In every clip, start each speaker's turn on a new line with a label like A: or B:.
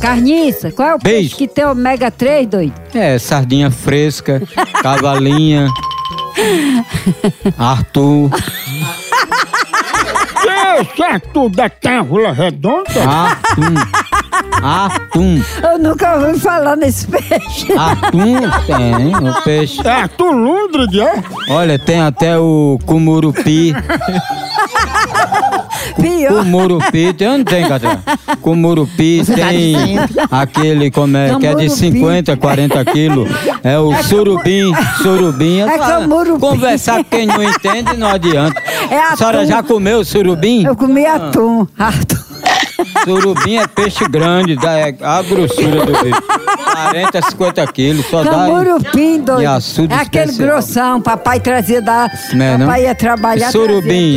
A: Carniça, qual é o peixe
B: Beijo.
A: que tem ômega 3, doido?
B: É, sardinha fresca, cavalinha, Arthur,
C: Esse Arthur é da Távola Redonda?
B: Atum, Atum,
A: Eu nunca ouvi falar nesse peixe.
B: Atum tem o peixe.
C: É Arthur Lundrig, é?
B: Olha, tem até o Cumurupi.
A: Pior.
B: Cumurupi, tem, não tem, Catarina? Cumurupi, tem aquele como é, que é de
A: Camurupi.
B: 50, 40 quilos. É o surubim, surubim. Eu
A: É
B: falo,
A: camurupi.
B: Conversar com quem não entende não adianta.
A: É
B: a senhora
A: atum.
B: já comeu surubim?
A: Eu comi atum. Atum.
B: Surubim é peixe grande, dá, é a grossura do peixe. 40, 50 quilos, só dá.
A: Camurupim,
B: E
A: doido.
B: açude
A: É aquele
B: especial.
A: grossão, papai trazia da.
B: Né, não?
A: papai ia é trabalhar.
B: Surubim,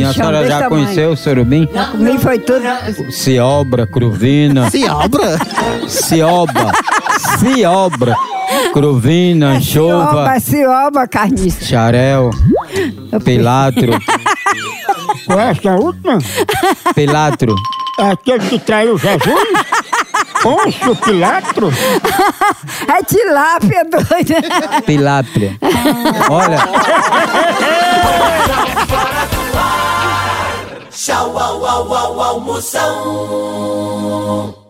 A: trazia
B: a
A: pichão
B: senhora
A: desse
B: já
A: tamanho.
B: conheceu o surubim?
A: Já comi, foi tudo.
B: Ciobra, cruvina,
D: Se obra?
B: cioba, ciobra, cruvina, anchova,
A: É Cioba, cioba, carniça.
B: xarel, pilatro,
C: Qual é essa última?
B: pilatro.
C: É aquele que traiu Jesus? Pôncio Pilatro?
A: É tilápia, doido.
B: Pilátria. Olha.
E: Tchau, au, au, au, almoção.